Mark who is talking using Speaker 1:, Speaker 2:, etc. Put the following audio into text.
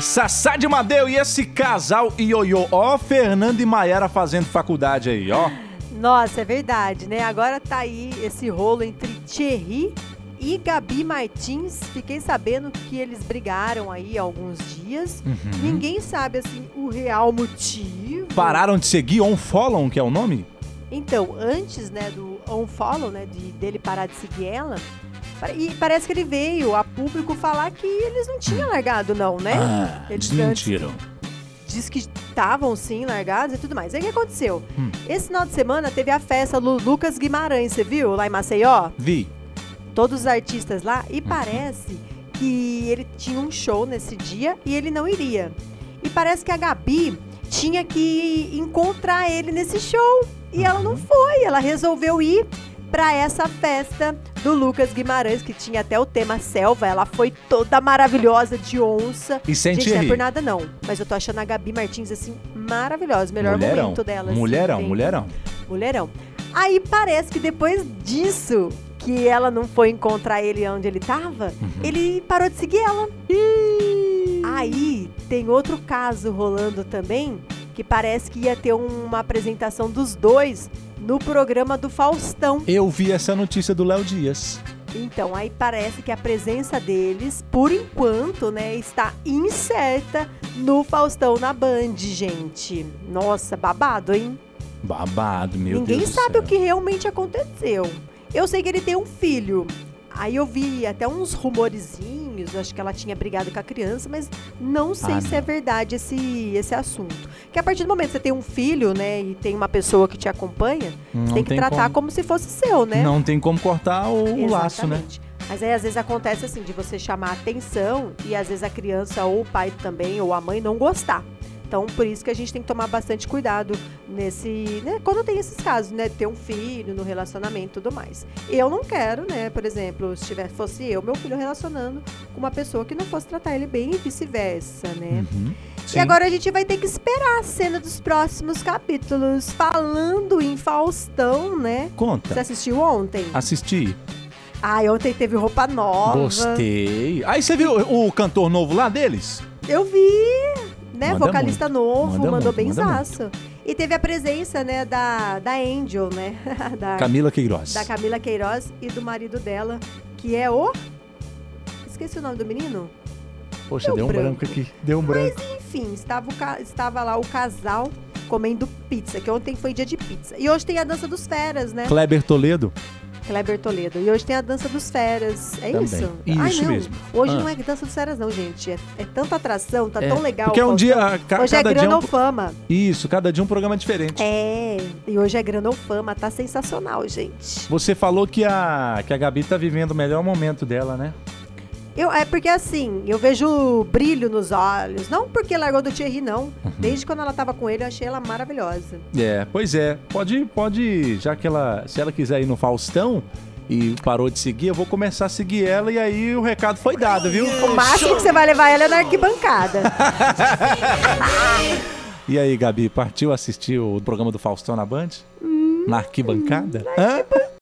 Speaker 1: Sassá de Madeu e esse casal ioiô. Ó, Fernando e Maiara fazendo faculdade aí, ó.
Speaker 2: Nossa, é verdade, né? Agora tá aí esse rolo entre Thierry e Gabi Martins. Fiquei sabendo que eles brigaram aí há alguns dias.
Speaker 1: Uhum.
Speaker 2: Ninguém sabe, assim, o real motivo.
Speaker 1: Pararam de seguir On Follow, que é o nome?
Speaker 2: Então, antes, né, do unfollow, né, de, dele parar de seguir ela, pa- e parece que ele veio a público falar que eles não tinham largado, não, né?
Speaker 1: Ah,
Speaker 2: Eles
Speaker 1: desmentiram.
Speaker 2: Diz que estavam, sim, largados e tudo mais. Aí o que aconteceu?
Speaker 1: Hum.
Speaker 2: Esse final de semana teve a festa do Lucas Guimarães, você viu? Lá em Maceió.
Speaker 1: Vi.
Speaker 2: Todos os artistas lá. E parece que ele tinha um show nesse dia e ele não iria. E parece que a Gabi tinha que encontrar ele nesse show. E ela
Speaker 1: Uhum.
Speaker 2: não foi. Ela resolveu ir pra essa festa do Lucas Guimarães, que tinha até o tema selva. Ela foi toda maravilhosa de onça.
Speaker 1: E sem
Speaker 2: Gente, não é
Speaker 1: Thierry.
Speaker 2: por nada não, mas eu tô achando a Gabi Martins, assim, maravilhosa. O melhor
Speaker 1: mulherão.
Speaker 2: momento dela. assim,
Speaker 1: mulherão,
Speaker 2: bem-
Speaker 1: mulherão.
Speaker 2: Mulherão. Aí parece que depois disso, que ela não foi encontrar ele onde ele tava, ele parou de seguir ela. Aí tem outro caso rolando também, que parece que ia ter uma apresentação dos dois no programa do Faustão.
Speaker 1: Eu vi essa notícia do Léo Dias.
Speaker 2: Então, aí parece que a presença deles, por enquanto, né, está incerta no Faustão na Band, gente. Nossa, babado, hein?
Speaker 1: Babado, meu
Speaker 2: Ninguém
Speaker 1: Deus. do
Speaker 2: sabe
Speaker 1: céu.
Speaker 2: o que realmente aconteceu. Eu sei que ele tem um filho. Aí eu vi até uns rumorezinhos, acho que ela tinha brigado com a criança, mas não sei
Speaker 1: Ah,
Speaker 2: se
Speaker 1: não.
Speaker 2: é verdade esse, esse assunto. Que a partir do momento que você tem um filho, né, e tem uma pessoa que te acompanha,
Speaker 1: Não
Speaker 2: tem que tratar
Speaker 1: como,
Speaker 2: como se fosse seu, né?
Speaker 1: Não tem como cortar o o laço, né?
Speaker 2: Exatamente. Mas aí às vezes acontece assim, de você chamar a atenção e às vezes a criança ou o pai também ou a mãe não gostar. Então, por isso que a gente tem que tomar bastante cuidado nesse. né, quando tem esses casos, né? Ter um filho no relacionamento e tudo mais. Eu não quero, né? Por exemplo, se tiver, fosse eu, meu filho relacionando com uma pessoa que não fosse tratar ele bem e vice-versa, né?
Speaker 1: Uhum. Sim.
Speaker 2: E agora a gente vai ter que esperar a cena dos próximos capítulos. Falando em Faustão, né? Você
Speaker 1: Conta.
Speaker 2: assistiu ontem?
Speaker 1: Assisti.
Speaker 2: Ai, ontem teve roupa nova.
Speaker 1: Gostei. Aí você viu o cantor novo lá deles?
Speaker 2: Eu vi, né?
Speaker 1: Manda
Speaker 2: Vocalista novo,
Speaker 1: Manda
Speaker 2: mandou
Speaker 1: muito,
Speaker 2: bem
Speaker 1: manda
Speaker 2: benzaço. E teve a presença, né, da, da Angel, né? da,
Speaker 1: Camila Queiroz.
Speaker 2: da Camila Queiroz e do marido dela, que é o. Esqueci o nome do menino?
Speaker 1: Poxa,
Speaker 2: Deu
Speaker 1: deu um branco.
Speaker 2: branco.
Speaker 1: aqui. Deu um branco.
Speaker 2: Enfim, estava, o ca- estava lá o casal comendo pizza, que ontem foi dia de pizza. E hoje tem a dança dos feras, né?
Speaker 1: Kleber Toledo?
Speaker 2: Kleber Toledo. E hoje tem a dança dos feras. É
Speaker 1: Também.
Speaker 2: isso? Ai,
Speaker 1: Isso
Speaker 2: não.
Speaker 1: mesmo.
Speaker 2: Hoje
Speaker 1: Ah.
Speaker 2: não é dança dos feras, não, gente. É, é tanta atração, tá
Speaker 1: É,
Speaker 2: tão legal.
Speaker 1: Porque é um
Speaker 2: Faustão.
Speaker 1: dia. ca-
Speaker 2: Hoje é
Speaker 1: cada dia
Speaker 2: grana
Speaker 1: um-
Speaker 2: ou fama.
Speaker 1: Isso, cada dia um programa diferente.
Speaker 2: É, e hoje é grana ou fama, tá sensacional, gente.
Speaker 1: Você falou que a, que a Gabi tá vivendo o melhor momento dela, né?
Speaker 2: Eu, é porque assim, eu vejo brilho nos olhos. Não porque largou do Thierry, não.
Speaker 1: Uhum.
Speaker 2: Desde quando ela tava com ele, eu achei ela maravilhosa.
Speaker 1: É, pois é. Pode, pode, já que ela, se ela quiser ir no Faustão e parou de seguir, eu vou começar a seguir ela e aí o recado foi dado, viu?
Speaker 2: O máximo que você vai levar ela é na arquibancada.
Speaker 1: E
Speaker 2: Hum.
Speaker 1: aí, Gabi, partiu assistir o programa do Faustão na Band? na arquibancada? Hã?